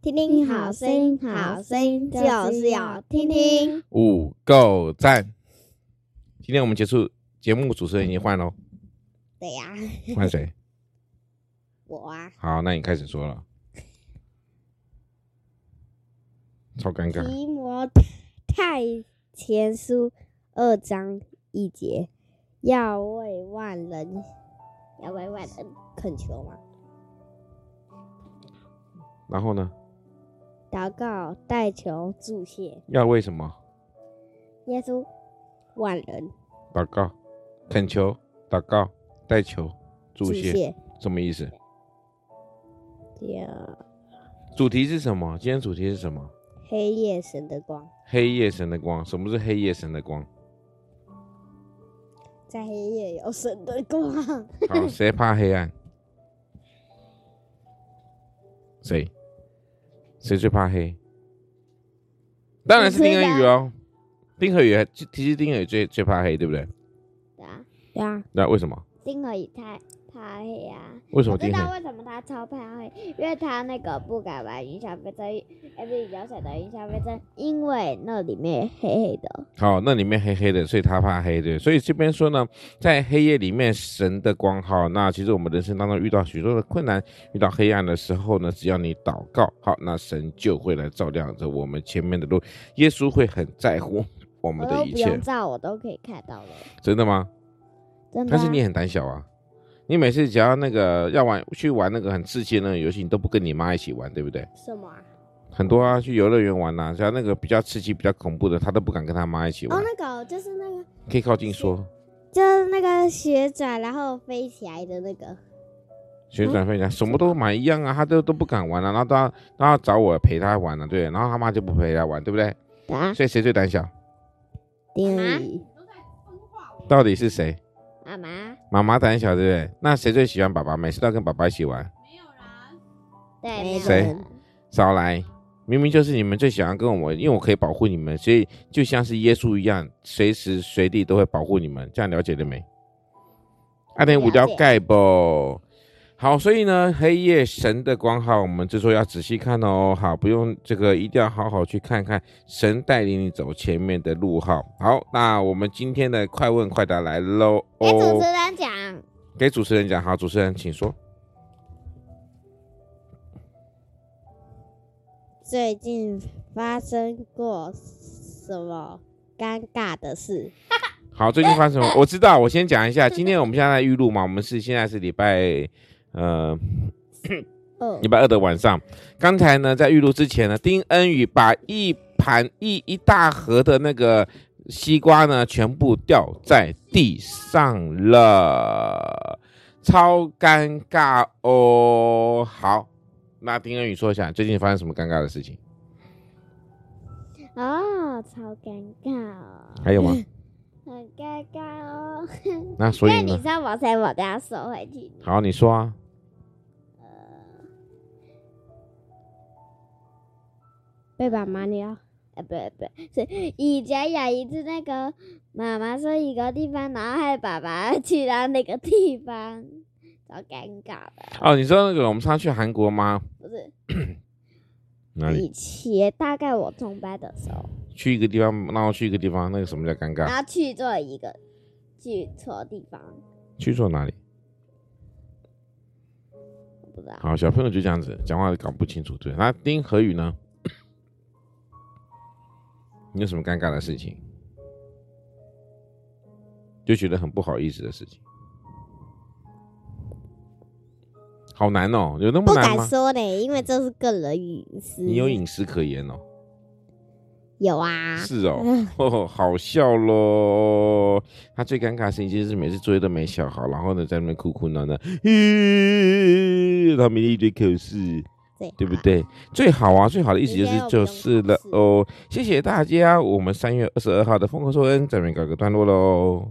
听听好声音，好声音就是要听听。五够赞。今天我们结束节目，主持人已经换喽，对呀、换谁？我啊，好，那你开始说了，超尴尬。提摩太前书二章一节，要为万人，要为万人恳求嘛，然后呢？祷告、代求、祝谢。要为什么？耶稣，万人祷告、恳求、祷告、代求、祝祝谢，什么意思？第二，主题是什么？今天主题是什么？黑夜神的光，黑夜神的光。什么是黑夜神的光？在黑夜有神的 光。 好，谁怕黑暗？谁？谁最怕黑？当然是丁恩宇哦。丁和宇还，其其实丁和宇最最怕黑，对不对？对啊，对啊，那为什么？丁可以太太黑啊。为什么我知丁道和宇？为什么他超怕黑，因为他那个不敢玩云霄飞车，哎，不是摇骰的云霄飞车，因为那里面黑黑的。好，那里面黑黑的，所以他怕黑，对。所以这边说呢，在黑夜里面，神的光好。那其实我们人生当中遇到许多的困难，遇到黑暗的时候呢，只要你祷告，好，那神就会来照亮着我们前面的路。耶稣会很在乎我我们都的不一切用，照，我都可以看到了，真的吗？真的、但啊。是你很胆小啊，你每次只要那个要玩去玩那个很刺激的那个游戏，你都不跟你妈一起玩，对不对？什么、啊？很多啊，去游乐园玩呐、只要那个比较刺激、比较恐怖的，他都不敢跟他妈一起玩。哦，那个就是那个，可以靠近说，就是那个旋转然后飞起来的那个，旋嗯转飞翔，什么都买一样啊，他都都不敢玩啊，然后他然后找我陪他玩了、啊对，然后他妈就不陪他玩，对不对？对啊，所以谁最胆小？丁妈到底是谁？妈妈，妈妈胆小，对不对？那谁最喜欢爸爸？每次都要跟爸爸一起玩，没有啦，对，没有谁人少来！明明就是你们最喜欢跟我，因为我可以保护你们，所以就像是耶稣一样，随时随地都会保护你们。这样了解了没？阿点五条盖不？好，所以呢，黑夜神的光号，我们这时候要仔细看哦。好，不用这个，一定要好好去看看神带领你走前面的路号。好，那我们今天的快问快答来喽。给哎主哦持，人讲，给主持人讲，好，主持人请说。最近发生过什么尴尬的事？好，最近发生什么？我知道，我先讲一下。今天我们现在在预录嘛，我们是现在是礼拜呃哦礼，拜二的晚上。刚才呢，在预录之前呢，丁恩宇把一盘一一大盒的那个西瓜呢，全部掉在地上了，超尴尬哦。好，那丁恩宇说一下最近发生什么尴尬的事情？哦，超尴尬哦。还有吗？很尴尬哦。那所那以你呢知？道我才把它收回去。好，你说啊。被爸妈撩，哎，不对不对，是以前有一次那个妈妈说一个地方，然后害爸爸 去到那个地方，超尴尬的。哦，你说那个我们上次去韩国吗？不是，哪里？以前大概我中班的时候，去一个地方，然后去一个地方，那个什么叫尴尬？然后去做一个去错地方，去错哪里？我不知道。好，小朋友就这样子，讲话搞不清楚。对，那丁和宇呢？你有什么尴尬的事情？就觉得很不好意思的事情，好难哦，有那么不难敢吗？说呢，因为这是个人隐私。你有隐私可言哦。有啊？是哦，哦，好笑喽。他最尴尬的事情就是每次作业都没写好，然后呢在那边哭哭闹闹，呃他们一堆口试，对，啊对不？ 对？最好啊，最好的意思就明是天我就不用是考了试哦。谢谢大家，我们三月二十二号的《风和说恩》这边告一个段落喽。